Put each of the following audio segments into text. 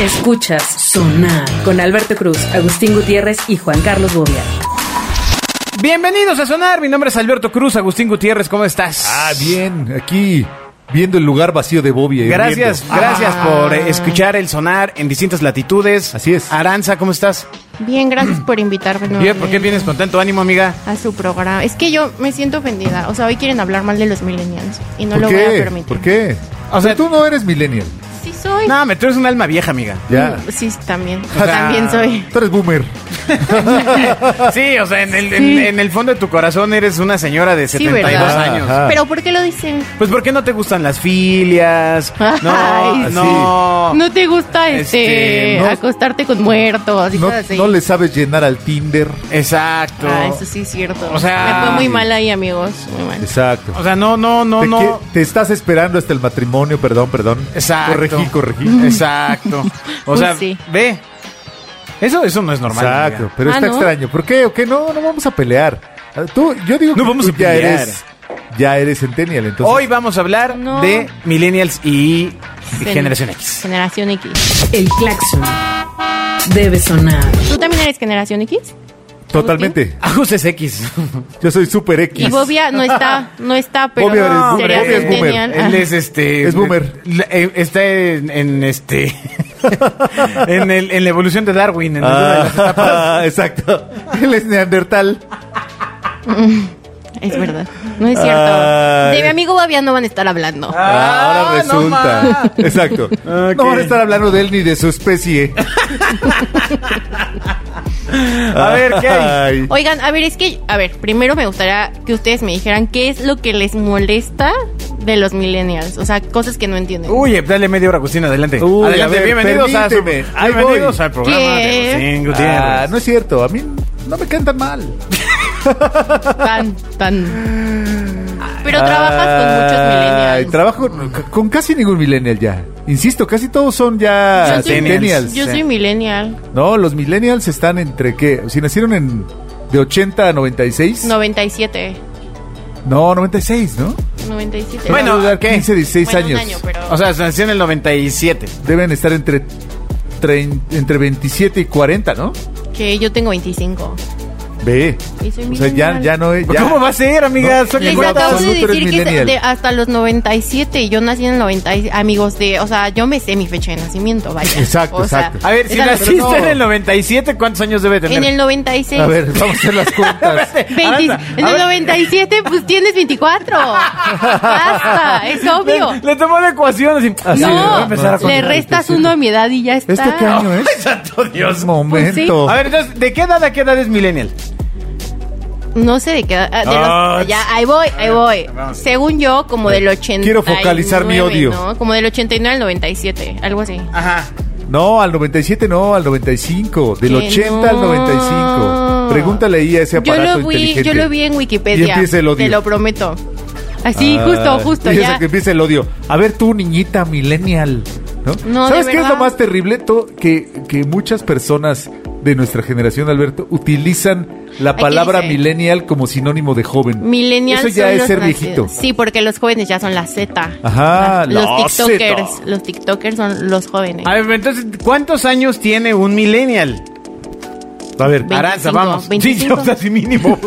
Escuchas Sonar con Alberto Cruz, Agustín Gutiérrez y Juan Carlos Bobia. Bienvenidos a Sonar, mi nombre es Alberto Cruz, Agustín Gutiérrez, ¿cómo estás? Ah, bien, aquí viendo el lugar vacío de Bobby. eh, Gracias, viendo. gracias Ah, por eh, escuchar el sonar en distintas latitudes. Así es. Aranza, ¿cómo estás? Bien, gracias por invitarme. Oye, ¿Por qué nuevamente vienes con tanto ánimo, amiga? A su programa. Es que yo me siento ofendida. O sea, hoy quieren hablar mal de los millennials y no ¿Por lo qué? voy a permitir. ¿Por qué? O O sea, sea, tú no eres millennial. Sí soy. No, me tú eres un alma vieja, amiga. Ya. Sí, también. sea, también soy. Tú eres boomer. Sí, o sea, en el, en- en el fondo de tu corazón eres una señora de Sí, 72 ¿verdad? años. Ajá. Pero ¿por qué lo dicen? Pues ¿por qué no te gustan las filias? No, Ah, Ay, no. No te gusta Este, este, no- acostarte con muertos y No, cosas así. no le sabes llenar al Tinder. Exacto. Ah, eso sí es cierto. O sea- me fue muy mal ahí, amigos. Muy mal. Exacto. O sea, no, no, no, te, no. que- te estás esperando hasta el matrimonio, perdón, perdón. Exacto. Mm. Corregí, corregí. Exacto. O Pues sea, sí. ve. Eso, eso no es normal. Exacto. amiga. Pero Ah, está ¿no? extraño. ¿Por qué? ¿O qué? No, no vamos a pelear. Ah, Tú, yo digo No que vamos tú a ya pelear. eres, ya eres centennial, entonces. Hoy vamos a hablar No. de millennials y, y Gen- generación X. Generación X. El claxon debe sonar. ¿Tú también eres generación X? Totalmente. Ajustes Ah, X. Yo soy super X. Y Bobia no está, no está, pero Bobia eres- Bobia sería es boomer. centennial. Él es este. Es boomer. la- eh, Está en, en este. en, el- en la evolución de Darwin. En alguna de las etapas. Ah, exacto. Él es neandertal. Es verdad, no es cierto. Ay. De mi amigo Babián no van a estar hablando. Ah, ahora Ah, no resulta. más. Exacto. Ok. No van a estar hablando de él ni de su especie. A ver, ¿qué hay? Ay. Oigan, a ver, es que, a ver, primero me gustaría que ustedes me dijeran qué es lo que les molesta de los millennials. O sea, cosas que no entienden. Uy, dale media hora, Agustín, adelante. Uy, adelante, a ver, bienvenidos, a su- permíteme. Ahí bienvenidos voy. al programa de ¿Qué? Agustín Gutiérrez. Ah, no es cierto. A mí no me cantan mal. Tan, tan. Pero trabajas con muchos millennials. Ay, Trabajo con- con casi ningún millennial ya. Insisto, casi todos son ya Yo soy- centennials. Yo soy millennial. No, los millennials están entre qué? Si nacieron en de 80 a 96. 97. No, 96, ¿no? 97. Bueno, Van a durar ¿qué? 15, 16 Bueno, un años. año, pero- O sea, se nació en el 97. Deben estar entre trein- entre 27 y 40, ¿no? que yo tengo 25. Ve. Y soy O sea, ya, millennial. ya no es. ya- ¿Cómo va a ser, amiga? No, Saca y Les Bueno, cuentas. acabo de absoluto, eres decir que es millennial. de hasta los 97 y yo nací en el 97. Amigos de, o sea, yo me sé mi fecha de nacimiento, vaya. Exacto, O sea, exacto. A ver, es si a lo que naciste me en refiero. el 97, ¿cuántos años debe tener? En el 96. A ver, vamos a hacer las cuentas. Veinti- Aranza, en a el ver. 97, pues tienes 24. Basta, es obvio. Le, le tomó la ecuación así. "Ah, Así Voy va a no, empezar a le contar. restas uno a mi edad y ya está. Pues ¿Este qué año es? Ay, santo Dios. Momento. A ver, entonces, ¿de qué edad a qué edad es millennial? No sé de qué. ah, de Ah, los- ya, ahí voy, ahí voy. vamos. Según yo, como del Eh, 80. Quiero focalizar mi odio. ¿no? Como del 89 al 97, algo así. Ajá. No, al 97 no, al 95. Del Que 80 al no. 95. Pregúntale ahí a ese yo aparato lo vi, inteligente. Yo lo vi en Y Wikipedia. empieza el odio. Te lo prometo. Así, justo, Ah, justo. empieza Ya. que empieza el odio. A ver tú, niñita millennial. ¿no? No, de ¿Sabes qué es lo verdad. más terrible? To- que, que muchas personas de nuestra generación, Alberto, utilizan la Aquí palabra dice. millennial como sinónimo de joven. Millennials Eso ya son es los ser nacidos. viejito. Sí, porque los jóvenes ya son la Z. Ajá, los la TikTokers. Z. Los TikTokers son los jóvenes. A ver, entonces, ¿cuántos años tiene un millennial? A ver, Ve- 25, Aranza, vamos. Sí, 25. o sea, sí, mínimo.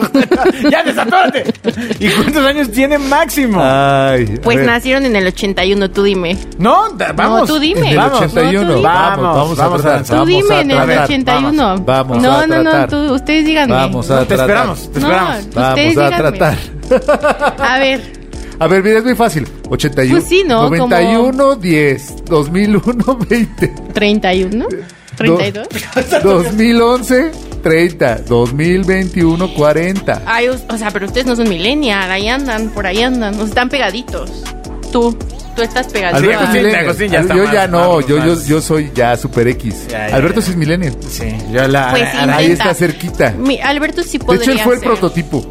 ya, desatórate. ¿Y cuántos años tiene máximo? Ah. ay, a pues ver. nacieron en el 81, tú dime. No, da- vamos. No, tú dime. En el Vamos. 81. No, tú di. vamos, Vamos, vamos, vamos, a tratar. Aranza. Tú vamos dime a en el tratar. 81. Vamos no, a no, no, tratar. tú- ustedes díganme. Vamos a Te tratar. esperamos, te No, esperamos. Vamos ustedes a díganme. tratar. A ver, A ver, mira, es muy fácil. 81, Pues sí, ¿no? 91, 10, 2001, 20. 31, 32. Do- 2011, 30. 2021, 40. Ay, o, o sea, pero ustedes no son millennial, ahí andan, por ahí andan, nos están pegaditos. Tú, tú estás pegadito. Alberto, a- sí. millennial. Agustín ya está yo más, ya no, más, yo, yo, más. yo soy ya super X. Ya, ya, Alberto ya. sí es milenio. Sí, yo la. Pues sí, Aranza. Ahí Intenta. está cerquita. De Mi- Alberto sí podría hecho, él fue el ser. prototipo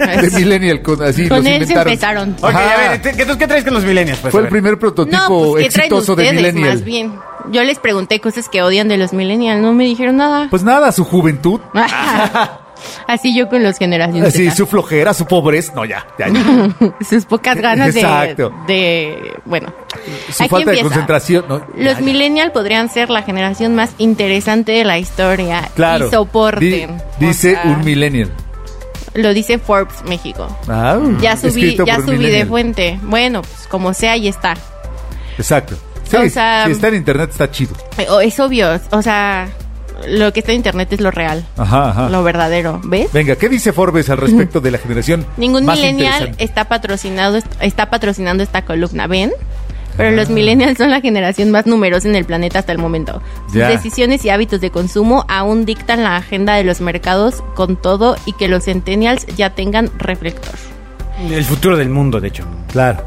de Millennial. Con, así, Con los él se inventaron. empezaron. Ok, Ajá. a ver, ent- ¿entonces qué traes con los millennials? Pues, fue a el ver. primer No, prototipo pues, ¿qué traen exitoso de ustedes Millennial. más bien? Yo les pregunté cosas que odian de los millennials, no me dijeron nada. Pues nada, su juventud. Así yo con los generaciones. Así, Z. su flojera, su pobreza. No, ya, ya, ya. sus pocas ganas de, Exacto. de- bueno. Su aquí falta de empieza. concentración. No, Los Ya, ya. millennials podrían ser la generación más interesante de la historia Claro. y soporten. Di- dice O sea, un millennial. Lo dice Forbes México. Ah, Ya subí, escrito ya por un subí de millennial. fuente. Bueno, pues como sea, ahí está. Exacto. Sí, O sea, si está en internet está chido. Eh, o- Es obvio, o sea, lo que está en internet es lo real, Ajá, ajá. lo verdadero, ¿ves? Venga, ¿qué dice Forbes al respecto de la generación? Ningún más millennial interesante? está patrocinado, está patrocinando esta columna, ¿ven? Pero Ah. los millennials son la generación más numerosa en el planeta hasta el momento. Sus Ya. decisiones y hábitos de consumo aún dictan la agenda de los mercados con todo y que los centennials ya tengan reflector. El futuro del mundo, de hecho. Claro.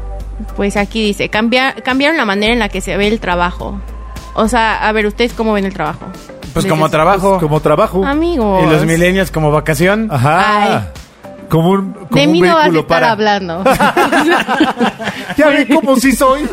Pues aquí dice, cambia- cambiaron la manera en la que se ve el trabajo. O sea, a ver, ¿ustedes cómo ven el trabajo? Pues Desde como su- trabajo. Como trabajo. Amigos. y los millennials como vacación. Ajá. Como un, como de un mí no vas a vehículo estar para- hablando. Ya ve cómo sí soy.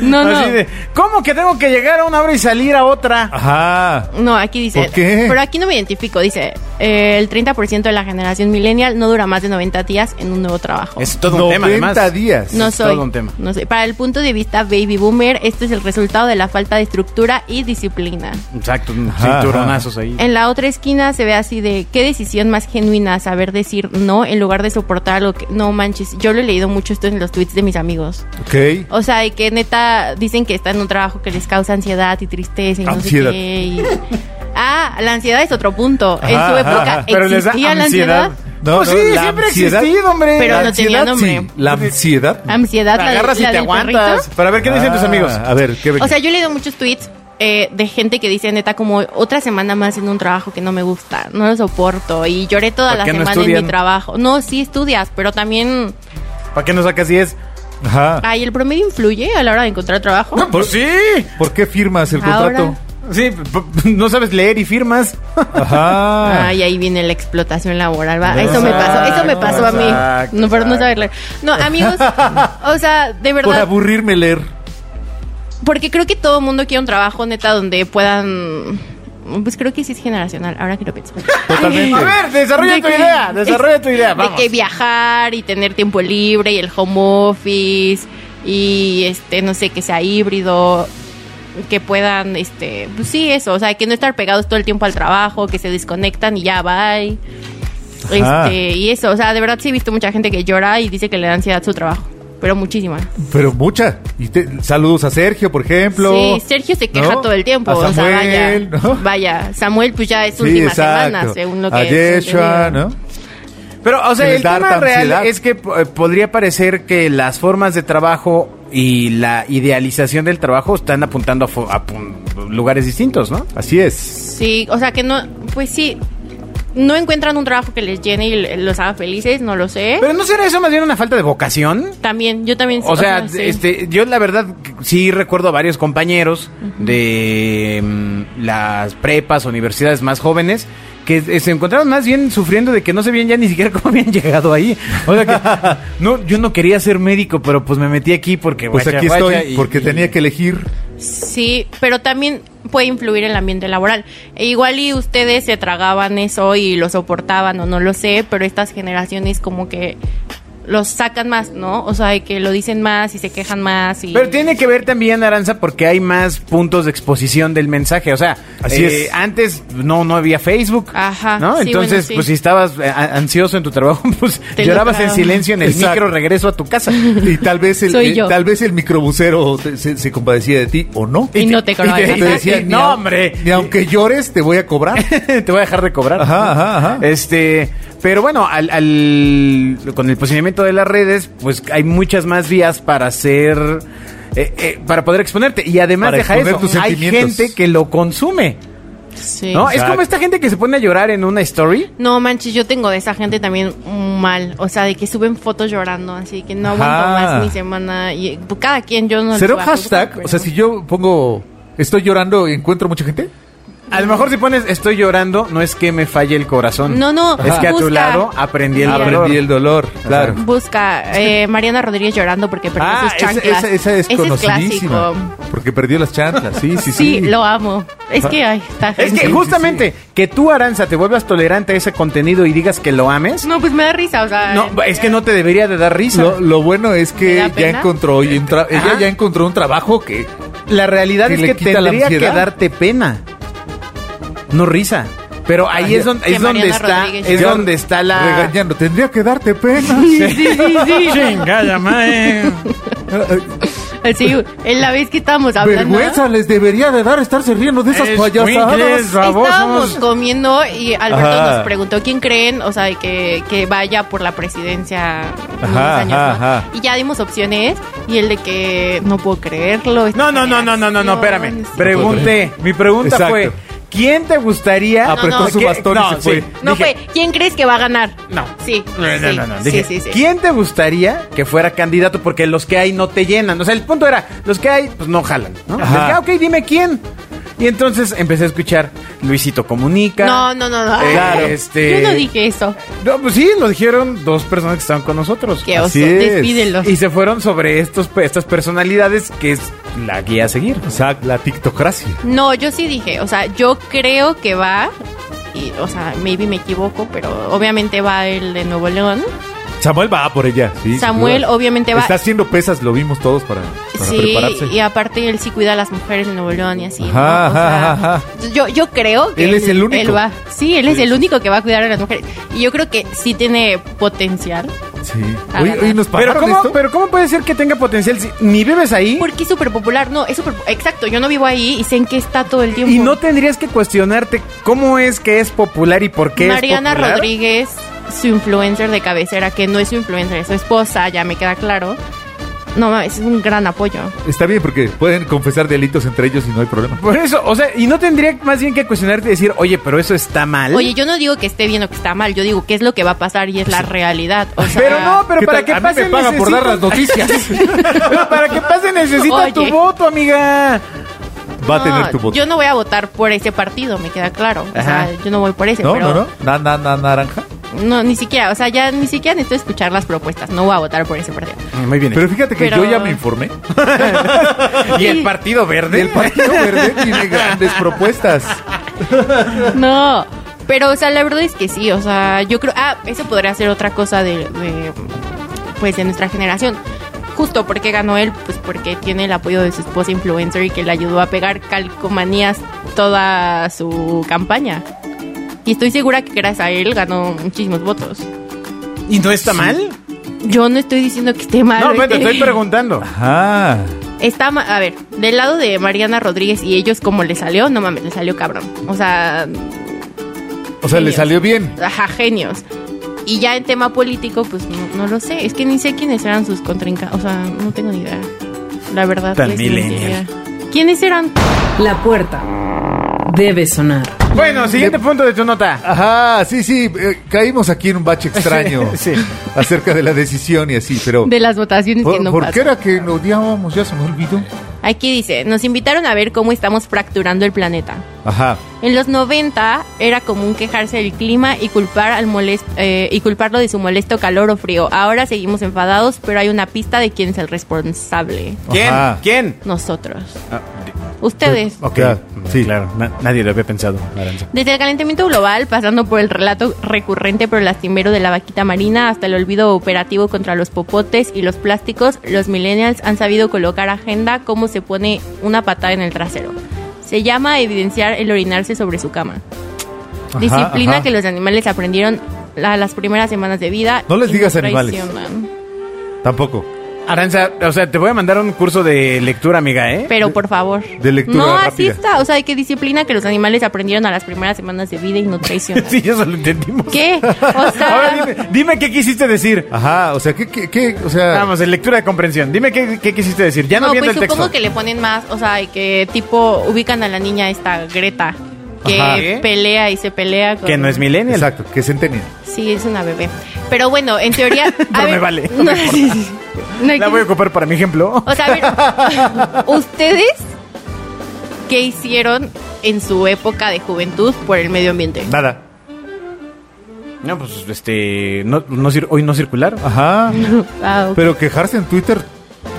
No, no. Así de, ¿cómo que tengo que llegar a una hora y salir a otra? Ajá. No, aquí dice. ¿Por qué? Pero aquí no me identifico. Dice: eh, el 30% de la generación millennial no dura más de 90 días en un nuevo trabajo. Es todo un tema, 90 además. días. no es soy. todo un tema. No soy. Para el punto de vista baby boomer, este es el resultado de la falta de estructura y disciplina. Exacto, unos Ajá, cinturonazos ahí. En la otra esquina se ve así de qué decisión más genuina saber decir no en lugar de soportar lo que no manches. Yo lo he leído mucho esto en los tweets de mis amigos. Ok. O sea, y que neta dicen que está en un trabajo que les causa ansiedad y tristeza y no Ansiedad. sé qué. y- Ah, la ansiedad es otro punto. en su Ajá, época ajá. Pero les da Eh, existía la ansiedad. ansiedad. No, pues no, sí, la siempre ha ansiedad. existido, hombre. Pero La no tenía ansiedad, nombre. sí. La ansiedad. Ansiedad, la, de- agarras y la te del perrito. aguantas. Para ver qué dicen tus Ah, amigos. A ver, ¿qué O sea, yo he leído muchos tweets eh, de gente que dice neta como otra semana más en un trabajo que no me gusta, no lo soporto y lloré toda ¿Por la qué no semana en estudian? mi trabajo. No, sí estudias, pero también ¿Para qué no sacas 10? Ajá. ay, el promedio influye a la hora de encontrar trabajo. Pues sí. ¿Por qué firmas el Ahora. contrato? Sí, p- p- no sabes leer y firmas. pues, Ajá. Ay, ahí viene la explotación laboral, va. Exacto, Eso me pasó, eso me pasó a mí. exacto, no, pero no exacto. saber leer. No, amigos, o sea, de Por verdad, aburrirme leer. porque creo que todo mundo quiere un trabajo neta donde puedan pues creo que sí es generacional, ahora que lo pienso. Totalmente. A ver, desarrolla De tu que- idea. Desarrolla tu idea. Vamos. De que viajar y tener tiempo libre y el home office y este no sé que sea híbrido que puedan este pues sí eso o sea que no estar pegados todo el tiempo al trabajo que se desconectan y ya bye Ajá. este y eso o sea de verdad sí he visto mucha gente que llora y dice que le da ansiedad su trabajo pero muchísima Pero mucha. Y te- saludos a Sergio, por ejemplo. sí Sergio se queja ¿No? todo el tiempo A o sea vaya Samuel, ¿no? vaya Samuel pues ya es Sí, última exacto. semana según lo que a Yeshua, según- ¿no? Pero, o sea, Que el les da tema harta real ansiedad. es que eh, podría parecer que las formas de trabajo y la idealización del trabajo están apuntando a, fo- a pun- lugares distintos, ¿no? Así es. Sí, o sea que no, pues sí, no encuentran un trabajo que les llene y le- los haga felices, no lo sé. Pero ¿no será eso más bien una falta de vocación? también, yo también. O sea, ¿Eh? sí. este, yo la verdad sí recuerdo a varios compañeros de mm, las prepas, universidades más jóvenes que eh, se encontraron más bien sufriendo de que no sabían ya ni siquiera cómo habían llegado ahí. O sea que no, yo no quería ser médico, pero pues me metí aquí porque Pues guacha, aquí guacha, estoy, y- porque y- tenía que elegir. Sí, pero también puede influir el ambiente laboral. E igual y ustedes se tragaban eso y lo soportaban o no lo sé, pero estas generaciones como que los sacan más, ¿no? O sea, de que lo dicen más y se quejan más y Pero tiene que ver también, Aranza, porque hay más puntos de exposición del mensaje. O sea, Así eh, es. antes no, no había Facebook. Ajá, ¿no? sí, Entonces, bueno, sí. pues si estabas eh, a- ansioso en tu trabajo, pues Te llorabas en lucraban. silencio en el Exacto. micro regreso a tu casa. Y tal vez el, Soy eh, yo. tal vez el microbusero te- se, se compadecía de ti o no. Y no te cobraba y nada. te decía, y- ni no, au- hombre. Ni aunque llores, te voy a cobrar. te voy a dejar de cobrar. Ajá, ajá, ajá. Este, pero bueno, al, al- con el posicionamiento de las redes, pues hay muchas más vías para hacer, eh, eh, para poder exponerte. Y además Para deja exponer eso, tus hay sentimientos. gente que lo consume. Sí. ¿no? Es Exacto. como esta gente que se pone a llorar en una story. No manches, yo tengo de esa gente también mal. O sea, de que suben fotos llorando, así que no aguanto Ajá. más mi semana. Y pues, cada quien yo no. les ¿Será un voy a juzgar, hashtag? pero- O sea, si yo pongo estoy llorando, ¿encuentro mucha gente? A lo mejor si pones estoy llorando, no es que me falle el corazón. No, no, Es que a tu busca. lado aprendí el Aprendí dolor. el dolor, claro. Busca eh, Mariana Rodríguez llorando porque perdió Ah, sus esa, chanclas. esa- esa es Ese conocidísima. clásico. porque perdió las chanclas, sí, sí, Ah. sí. Sí, lo amo. Es que, ay, está Es que gente. justamente que tú, Aranza, te vuelvas tolerante a ese contenido y digas que lo ames, No, pues me da risa, o sea. no, es que no te debería de dar risa. Lo, lo bueno es ¿Te da que ya pena? encontró, y un tra- ella Ajá. ya encontró un trabajo que La realidad Que es le que quita la tendría que ansiedad. darte pena, no risa. Pero ahí Ay, es donde, que es donde Mariana está, Rodríguez es ya donde está la regañando. Tendría que darte pena. Sí, sí, sí. Chingada, mae. Así, en la vez que estábamos hablando. Ah, Vergüenza les debería de dar estarse riendo de esas payasadas. Escuincles. Estábamos babosos. comiendo y Alberto Ajá. nos preguntó quién creen, o sea, que, que vaya por la presidencia en unos Ajá, años, ajá, ¿no? ajá. Y ya dimos opciones y el de que no puedo creerlo. esta No, no, no, no, no, no, no, espérame. generación, Pregunté, mi pregunta Exacto. fue, ¿quién te gustaría? No, Apretó no. su ¿Qué- bastón y se fue. sí, No dije, fue, ¿quién crees que va a ganar? No. Sí. No, no, sí, no, no, sí, dije, sí, sí. ¿Quién te gustaría que fuera candidato? Porque los que hay no te llenan. O sea, el punto era, los que hay, pues no jalan, ¿no? Ajá. Dije, ah, ok, dime quién. Y entonces empecé a escuchar Luisito Comunica. No, no, no, no. Eh, Claro. este- Yo no dije eso. No, pues sí, lo dijeron dos personas que estaban con nosotros. Qué oso. Así es. Despídelos. Y se fueron sobre estos, estas personalidades que es la guía a seguir. O sea, la tiktocracia. No, yo sí dije, o sea, yo creo que va, y, o sea, maybe me equivoco, pero obviamente va el de Nuevo León. Samuel va por ella. sí, sin Samuel duda. obviamente va. Está haciendo pesas, lo vimos todos para, para Sí, prepararse. y aparte él sí cuida a las mujeres de Nuevo León y así. ¿no? Ajá, O ajá, sea, ajá. Yo, yo creo que Él es el único. él va. Sí, él es el único que va a cuidar a las mujeres. Y yo creo que sí tiene potencial. Sí. Ah, Oye, ah, oye, nos Pero pagaron ¿cómo, esto? pero ¿cómo puede ser que tenga potencial si ni vives ahí Porque es súper popular. No, es súper. Exacto, yo no vivo ahí y sé en qué está todo el tiempo. y no tendrías que cuestionarte cómo es que es popular y por qué Mariana es popular? Rodríguez, su influencer de cabecera, que no es su influencer, es su esposa, ya me queda claro. No mames, es un gran apoyo. Está bien porque pueden confesar delitos entre ellos y no hay problema. Por eso, o sea, y no tendría más bien que cuestionarte y decir, oye, pero eso está mal. Oye, yo no digo que esté bien o que está mal, yo digo que es lo que va a pasar y es la realidad. O sea, pero no, pero ¿Qué para tal? que A mí pase me pagan por dar las necesito- para que pase necesito Oye. tu voto, amiga. Va a no, tener tu voto. Yo no voy a votar por ese partido, me queda claro. O Ajá. sea, yo no voy por ese, no, pero no, no. Na, na, na, naranja. no, ni siquiera, o sea, ya ni siquiera necesito escuchar las propuestas, no voy a votar por ese partido. Muy bien. Pero fíjate que Pero- yo ya me informé. ¿Y el Partido Verde? El Partido Verde tiene grandes propuestas. No, pero o sea, la verdad es que sí, o sea, yo creo, ah, eso podría ser otra cosa de, de, pues de nuestra generación. Justo porque ganó él, pues porque tiene el apoyo de su esposa influencer y que le ayudó a pegar calcomanías toda su campaña. Y estoy segura que gracias a él ganó muchísimos votos. ¿Y no está mal? Yo no estoy diciendo que esté mal. No, ¿eh? me te estoy preguntando. Ajá. Está, ma- a ver, del lado de Mariana Rodríguez y ellos como le salió, no mames, le salió cabrón. O sea, O sea, le Genios. salió bien. ajá, genios. Y ya en tema político, pues no, no lo sé. Es que ni sé quiénes eran sus contrincantes. O sea, no tengo ni idea. La verdad. Tan les mentiría. millennial. ¿Quiénes eran? La puerta debe sonar. Bueno, siguiente punto Ah. de tu nota. Ajá, sí, sí. eh, caímos aquí en un bache extraño Sí, sí. acerca de la decisión y así, pero. De las votaciones que ¿Por, no por qué pasan. era que nos odiábamos? Ya se me olvidó. Aquí dice, nos invitaron a ver cómo estamos fracturando el planeta. Ajá. En los 90 era común quejarse del clima y culpar al molest- eh, y culparlo de su molesto calor o frío. Ahora seguimos enfadados, pero hay una pista de quién es el responsable. ¿Quién? Ajá. ¿Quién? Nosotros. Ustedes. Ok, sí. mm, claro. na- nadie lo había pensado, Aranza. Desde el calentamiento global, pasando por el relato recurrente pero lastimero de la vaquita marina, hasta el olvido operativo contra los popotes y los plásticos, los millennials han sabido colocar agenda cómo se pone una patada en el trasero. Se llama evidenciar el orinarse sobre su cama. Ajá, Disciplina ajá. que los animales aprendieron la- las primeras semanas de vida. No les y digas nos animales. traicionan. Tampoco. Aranza, o sea, te voy a mandar un curso de lectura, amiga, ¿eh? Pero por favor. De lectura no, así rápida. está. O sea, hay que disciplina que los animales aprendieron a las primeras semanas de vida y no traicionan. Sí, ya se lo entendimos. ¿Qué? O sea, Ahora dime, dime qué quisiste decir. Ajá, o sea, ¿qué, qué, qué? O sea. Vamos, en lectura de comprensión. Dime qué, qué quisiste decir. Ya no, no, viendo pues el supongo texto. que le ponen más, o sea, que tipo ubican a la niña esta Greta que Ajá. pelea y se pelea con... Que no es millennial. Exacto, que centenia. Sí, es una bebé. Pero bueno, en teoría... a No me vale, no No, me sí, sí. No hay La que- voy a ocupar para mi ejemplo. O sea, a ver, ustedes ¿qué hicieron en su época de juventud por el medio ambiente? Nada. No, pues este. No, no cir- hoy no circular. Ajá. Ah, ok. Pero quejarse en Twitter.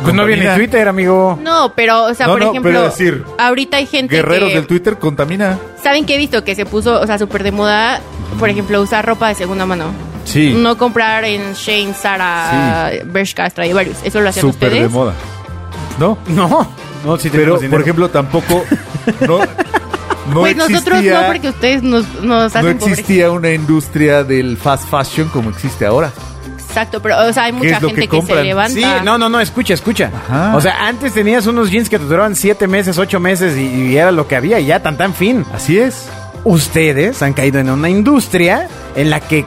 Pues no viene contamina. Twitter, amigo. No, pero, o sea, No, por no, ejemplo, pero decir, ahorita hay gente Guerreros que, del Twitter contamina. ¿saben qué he visto? Que se puso, o sea, súper de moda, por ejemplo, usar ropa de segunda mano. Sí. No comprar en Shane, Sara, Bershka, Stradivarius. Eso lo hacían Súper ustedes. de moda. ¿No. No. No, sí Pero, tenemos dinero. por ejemplo, tampoco. No, no pues nosotros existía, no, porque ustedes nos, nos no hacen pobres. existía una industria del fast fashion como existe ahora. Exacto, pero, o sea, hay mucha es lo gente que que, se compran? levanta. Sí, no, no, no, escucha, escucha. Ajá. O sea, antes tenías unos jeans que te duraban siete meses, ocho meses y, y era lo que había y ya, tan tan fin. Así es. Ustedes han caído en una industria en la que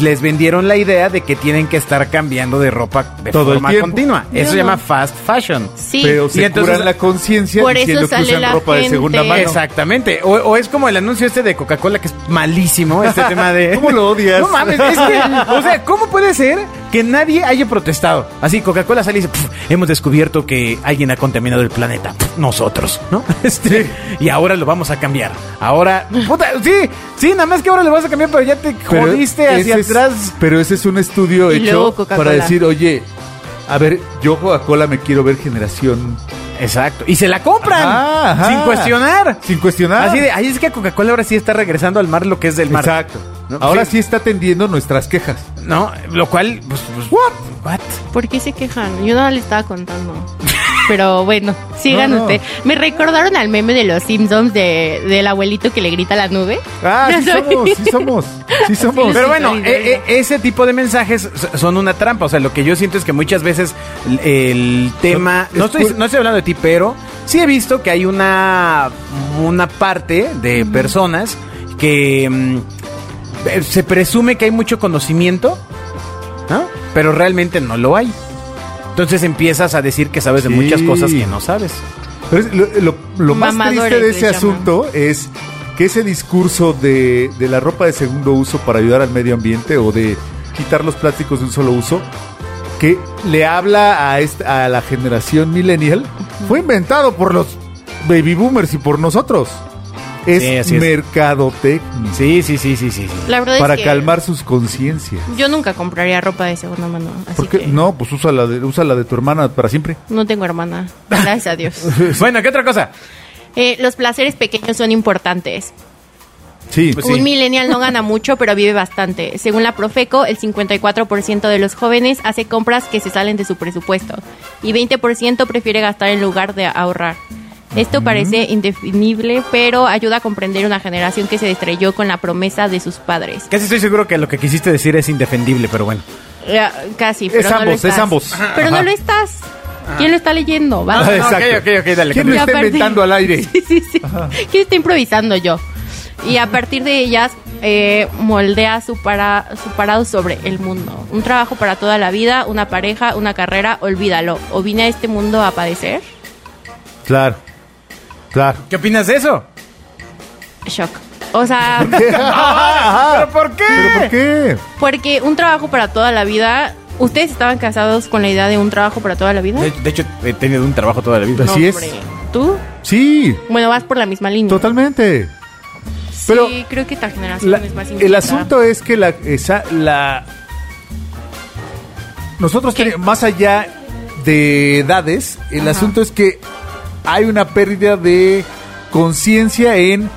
les vendieron la idea de que tienen que estar cambiando de ropa de Todo el forma tiempo. continua. Yo Eso se no. llama fast fashion. Sí. Pero se Y entonces- curan la conciencia Por eso diciendo que sale usan la ropa de segunda gente. mano. Exactamente. O, o es como el anuncio este de Coca-Cola que es malísimo, este tema de... ¿Cómo lo odias? No mames, es que, o sea, ¿cómo puede ser que nadie haya protestado? Así, Coca-Cola sale y dice, "Pf, hemos descubierto que alguien ha contaminado el planeta, Pf, nosotros, ¿no? Este, y ahora lo vamos a cambiar. Ahora, puta, sí, sí, nada más que ahora lo vas a cambiar, pero ya te Pero jodiste hacia ese es- atrás. pero ese es un estudio Y hecho luego Coca-Cola. para decir, oye, a ver, yo Coca-Cola me quiero ver generación. Exacto. Y se la compran, Ajá, ajá. sin cuestionar. Sin cuestionar. Así de, ahí es que Coca-Cola ahora sí está regresando al mar lo que es del mar. Exacto. No, Ahora sí. sí está atendiendo nuestras quejas. No, lo cual, pues, pues what? ¿Por qué se quejan? Yo no le estaba contando. Pero bueno, sigan No, no. usted. Me recordaron al meme de los Simpsons de, del abuelito que le grita a la nube. Ah, Ya sí sabía. somos, sí somos, sí somos. Pero Pues sí, bueno, sí, sí. eh, eh, ese tipo de mensajes s- son una trampa. O sea, lo que yo siento es que muchas veces el- el tema. Son- No es estoy, pur- no estoy hablando de ti, pero sí he visto que hay una, una parte de personas que mm, eh, se presume que hay mucho conocimiento, ¿no? Pero realmente no lo hay. Entonces empiezas a decir que sabes de Sí. muchas cosas que no sabes. Pero es- lo, lo- lo más Mamadores triste de le ese llaman. asunto es que ese discurso de, de la ropa de segundo uso para ayudar al medio ambiente o de quitar los plásticos de un solo uso, que le habla a, est- a la generación millennial, fue inventado por los baby boomers y por nosotros. Sí, Es así es. mercadotecnia Sí, sí, sí, sí, sí. sí. La verdad para es que calmar sus conciencias. yo nunca compraría ropa de segunda mano. Así Porque que no, pues usa la de, usa la de tu hermana para siempre. no tengo hermana. Gracias a Dios. Bueno, ¿qué otra cosa? Eh, los placeres pequeños son importantes. Sí. Pues sí. Un millennial no gana mucho, pero vive bastante. Según la Profeco, el 54% de los jóvenes hace compras que se salen de su presupuesto y 20% prefiere gastar en lugar de ahorrar. Esto parece indefinible, pero ayuda a comprender una generación que se estrelló con la promesa de sus padres. Casi estoy seguro que lo que quisiste decir es indefendible, pero bueno. Eh, Casi, pero Es no lo ambos, es estás. ambos. Pero Ajá. no lo estás. ¿Quién lo está leyendo? Vas. Ah, ok, ok, ok, dale, ¿Quién lo Y está aparte- inventando al aire? Sí, sí, sí. ¿Quién está improvisando yo? Y a partir de ellas eh, moldea su, para, su parado sobre el mundo. Un trabajo para toda la vida, una pareja, una carrera, olvídalo. ¿O vine a este mundo a padecer? Claro. Claro. ¿Qué opinas de eso? Shock. O sea, ¿Pero por qué? ¿Pero por qué? porque un trabajo para toda la vida... ¿Ustedes estaban casados con la idea de un trabajo para toda la vida? De, de hecho, he tenido un trabajo toda la vida. así es. hombre. ¿Tú? Sí, Bueno, vas por la misma línea. totalmente. Sí, pero creo que esta generación La- es más el inquieta. asunto es que la, esa, la nosotros ¿Qué? tenemos- más allá de edades, el Ajá. asunto es que hay una pérdida de conciencia en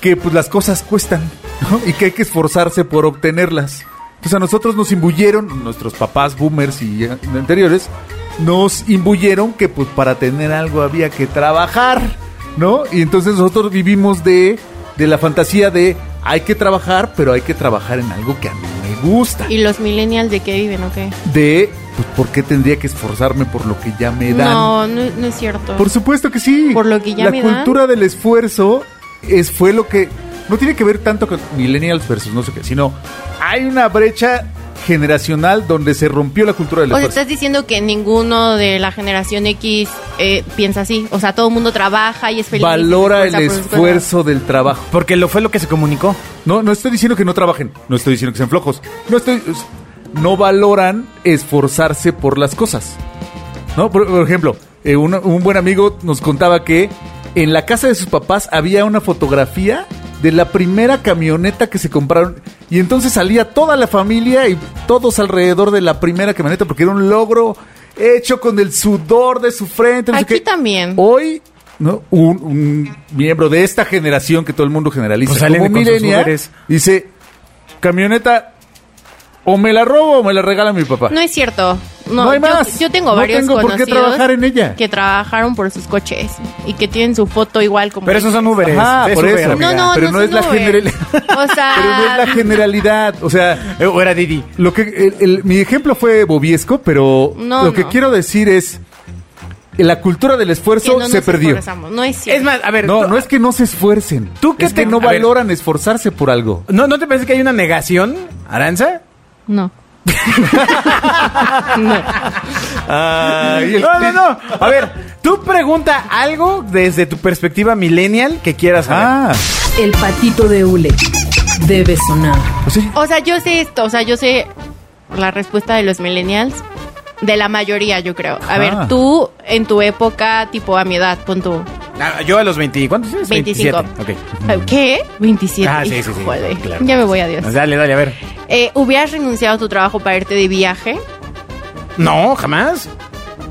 que pues las cosas cuestan ¿no? y que hay que esforzarse por obtenerlas. Entonces a nosotros nos imbuyeron, nuestros papás boomers y eh, anteriores, nos imbuyeron que pues para tener algo había que trabajar, ¿no? Y entonces nosotros vivimos de, de la fantasía de hay que trabajar, pero hay que trabajar en algo que a mí me gusta ¿Y los millennials de qué viven o qué? de pues, por qué tendría que esforzarme por lo que ya me dan. No, no, no es cierto. Por supuesto que sí. Por lo que ya La me dan. cultura del esfuerzo es, fue lo que no tiene que ver tanto con millennials versus no sé qué, sino hay una brecha generacional donde se rompió la cultura del o sea, esfuerzo. estás diciendo que ninguno de la generación X eh, piensa así. O sea, todo el mundo trabaja y es feliz. y se Valora el esfuerza por sus cosas. esfuerzo del trabajo. Porque lo fue lo que se comunicó. No, no estoy diciendo que no trabajen, no estoy diciendo que sean flojos, no estoy, no valoran esforzarse por las cosas. No, por, por ejemplo, eh, un, un buen amigo nos contaba que en la casa de sus papás había una fotografía de la primera camioneta que se compraron. Y entonces salía toda la familia y todos alrededor de la primera camioneta porque era un logro hecho con el sudor de su frente. no sé Aquí qué. también. Hoy, ¿no? un, un miembro de esta generación que todo el mundo generaliza Pues salen como con sus millennial Uberes. dice, camioneta, o me la robo o me la regala mi papá. No es cierto. No, No hay yo, más. yo tengo No varios tengo por qué conocidos trabajar en ella. que trabajaron por sus coches y que tienen su foto igual como. Pero esos son Uberes. Ajá, es por Uber, eso. amiga. No, no, pero no, son es la Uber. general- O sea, Pero no es la generalidad, o sea, Eh, o era Didi. Lo que el- el- mi ejemplo fue bobiesco, pero No, lo que no. quiero decir es la cultura del que esfuerzo no se nos perdió. esforzamos. No es cierto. Es más, a ver. No, tú- no es que no se esfuercen. ¿Tú qué es que te- no a ver. valoran esforzarse por algo. ¿no, ¿No te parece que hay una negación, Aranza? No. Ay, el- No, no, no. A ver, tú pregunta algo desde tu perspectiva millennial que quieras saber. Ah, El patito de hule debe sonar. o sea, O sea, yo sé esto. O sea, yo sé la respuesta de los millennials. De la mayoría, yo creo. A ver, tú en tu época, tipo a mi edad, pon tu Ah, Yo a los 20, ¿cuántos tienes? 25. 27. Eh, ¿Qué? 27. Ah, sí, sí, sí. Híjole. Claro. Ya me voy, Ok. adiós. Dale, dale, a ver. Eh, ¿Hubieras renunciado a tu trabajo para irte de viaje? No, jamás.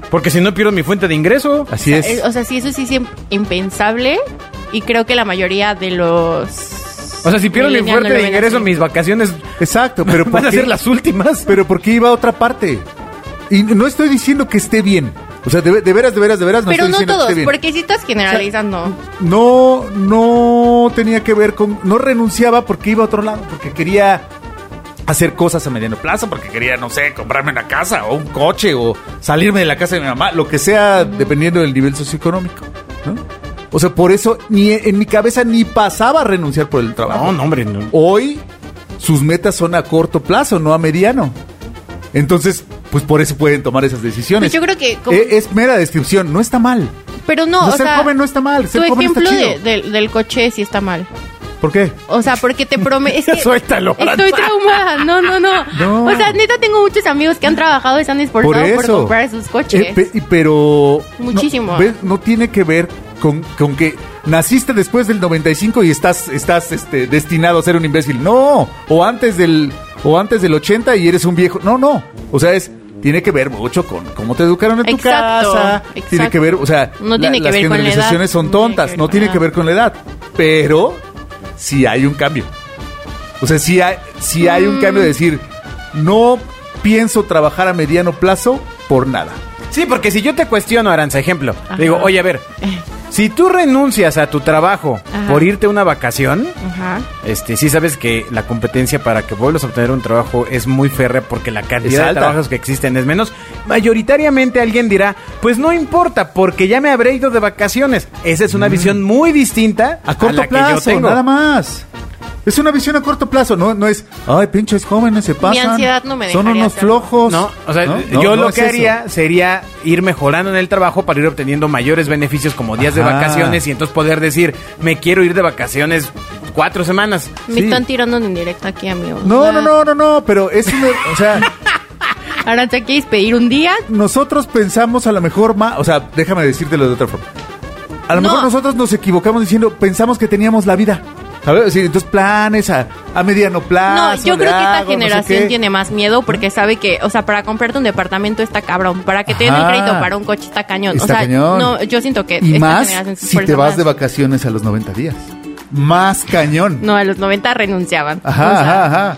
Porque si no pierdo mi fuente de ingreso. así Eh, es. O sea, sí, eso sí es im- impensable. Y creo que la mayoría de los. O sea, si pierdo mi millennials fuente no lo de ven ingreso, así. mis vacaciones Exacto, pero ¿por van a qué- ser las últimas. Pero porque iba a otra parte. Y no estoy diciendo que esté bien. O sea, de, de veras, de veras, de veras, no Pero estoy no diciendo que todos, esté bien. porque si estás generalizando. no, no tenía que ver con. No renunciaba porque iba a otro lado, porque quería hacer cosas a mediano plazo, porque quería, no sé, comprarme una casa o un coche o salirme de la casa de mi mamá, lo que sea, dependiendo del nivel socioeconómico. ¿no? O sea, por eso ni en mi cabeza ni pasaba a renunciar por el trabajo. No, no, hombre. no. Hoy sus metas son a corto plazo, no a mediano. Entonces, pues por eso pueden tomar esas decisiones. Pues yo creo que como- Eh, es, mera descripción, no está mal. pero no, No, o ser sea. joven no está mal, ser tu joven está ejemplo de- chido. del- del coche sí está mal. ¿Por qué? O sea, porque te prometo. Suéltalo, Estoy Aranza. traumada. No, no, no, No. O sea, neta, tengo muchos amigos que han trabajado y se han esforzado Por por, eso. comprar sus coches. Eh, pe- y pero... Muchísimo. No, ¿ves? No tiene que ver con, con que naciste después del 95 y estás, estás este, destinado a ser un imbécil. No. O antes del o antes del 80 y eres un viejo. No, no. O sea, es... Tiene que ver mucho con cómo te educaron en Exacto, tu casa. Tiene exacto. que ver, o sea, No tiene que las ver con la edad, generalizaciones son no tiene que tontas, ver no con tiene la que edad. ver con la edad. Pero sí hay un cambio. O sea, si hay, sí hay un cambio de Mm. decir, no pienso trabajar a mediano plazo por nada. Sí, porque si yo te cuestiono, Aranza, ejemplo, Ajá. te digo, oye, a ver, si tú renuncias a tu trabajo Ajá. por irte a una vacación, Ajá. este, sí sabes que la competencia para que vuelvas a obtener un trabajo es muy férrea porque la Es cantidad de alta. trabajos que existen es menos. Mayoritariamente alguien dirá, pues no importa, porque ya me habré ido de vacaciones. Esa es una visión muy distinta A corto la que yo plazo, tengo. nada más. Es una visión a corto plazo, no, no es, ay, pinches jóvenes se pasan. ansiedad no me Son dejaría unos hacerlo". flojos. No, o sea, ¿No? yo No, no lo es que eso. haría sería ir mejorando en el trabajo para ir obteniendo mayores beneficios como días de Ajá. vacaciones y entonces poder decir, me quiero ir de vacaciones cuatro semanas. Me Sí. están tirando en directo aquí, amigos. No, no, no, no, no, pero es una, o sea, Ahora te quieres pedir un día. nosotros pensamos a lo mejor más, o sea, déjame decírtelo de otra forma. A lo No. mejor nosotros nos equivocamos diciendo, pensamos que teníamos la vida. A ver, sí, entonces planes a, a mediano No, plazo. yo le creo que esta hago, no sé generación qué. tiene más miedo porque sabe que, o sea, para comprarte un departamento está cabrón, para que te den un Ajá. crédito para un coche está cañón. o Está sea, cañón. no, yo siento que Y esta más generación se si te esfuerza vas más. de vacaciones a los 90 días. Más cañón. No, a los 90 renunciaban. Ajá, O ajá, sea, ajá.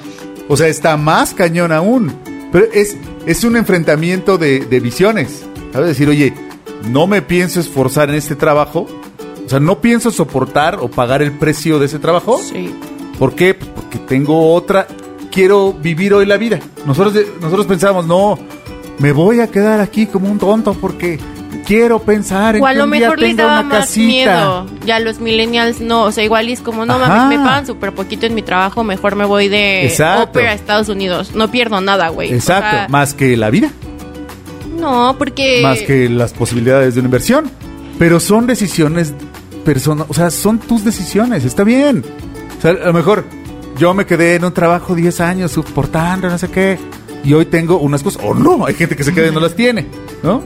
O sea, está más cañón aún. Pero es, es un enfrentamiento de, de visiones. ¿Sabes? Decir, oye, no me pienso esforzar en este trabajo. O sea, no pienso soportar o pagar el precio de ese trabajo. Sí. ¿Por qué? Pues porque tengo otra. Quiero vivir hoy la vida. Nosotros, de- nosotros pensábamos, no, me voy a quedar aquí como un tonto porque quiero pensar en O a que lo un día mejor les tenga daba una más casita. miedo. Ya los millennials no. O sea, igual y es como, no Ajá. mames, me pagan súper poquito en mi trabajo. Mejor me voy de Exacto. ópera a Estados Unidos. No pierdo nada, güey. O Exacto, sea, más que la vida. no, porque. más que las posibilidades de una inversión. Pero son decisiones personales, o sea, son tus decisiones, está bien. O sea, a lo mejor yo me quedé en un trabajo 10 años soportando, no sé qué, y hoy tengo unas cosas, o no, hay gente que se queda y no las tiene, ¿no?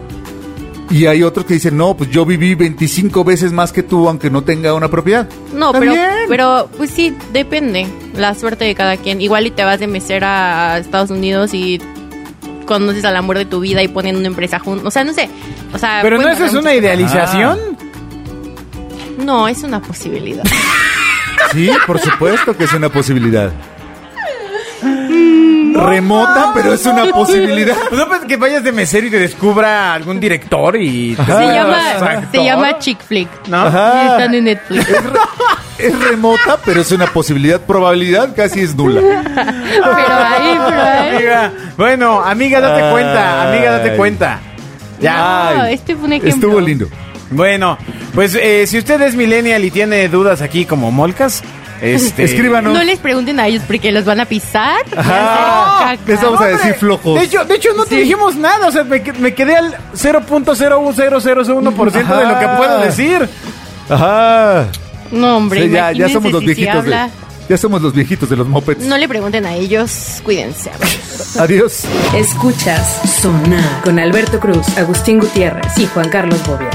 Y hay otros que dicen, no, pues yo viví 25 veces más que tú, aunque no tenga una propiedad. No, Está pero, bien. pero pues sí, depende la suerte de cada quien. Igual y te vas de mesera a Estados Unidos y conoces al amor de tu vida y ponen una empresa juntos. O sea, no sé. O sea, Pero no pueden esa es pasar una Ah, muchas idealización. Ah. cosas. No, es una posibilidad. Sí, por supuesto que es una posibilidad. Remota, pero es una posibilidad. No, pues que vayas de mesero y te descubra algún director y... te- Se Ah, llama, exacto. se llama chick flick. ¿No? Ajá. Y están en Netflix. Es remota, pero es una posibilidad. Probabilidad casi es nula. pero ahí, pero ahí. Amiga, bueno, amiga, date Ay. cuenta, amiga, date cuenta. Ya. No, Ay, este fue un ejemplo. Estuvo lindo. Bueno, pues eh, si usted es millennial y tiene dudas aquí como Molcas, este... Escríbanos. No les pregunten a ellos porque los van a pisar. y Ajá. hacer caca. Ah, Les vamos a decir flojos. De hecho, de hecho no te dijimos nada, o sea, me, que- me quedé al 0.01001% de lo que Ajá. puedo decir. Ajá. No, hombre. Sí, ya, ya imagínense somos los si viejitos. se de- habla. ya somos los viejitos de los mopeds. No le pregunten a ellos, cuídense. Adiós. Escuchas Sonar con Alberto Cruz, Agustín Gutiérrez y Juan Carlos Bobia.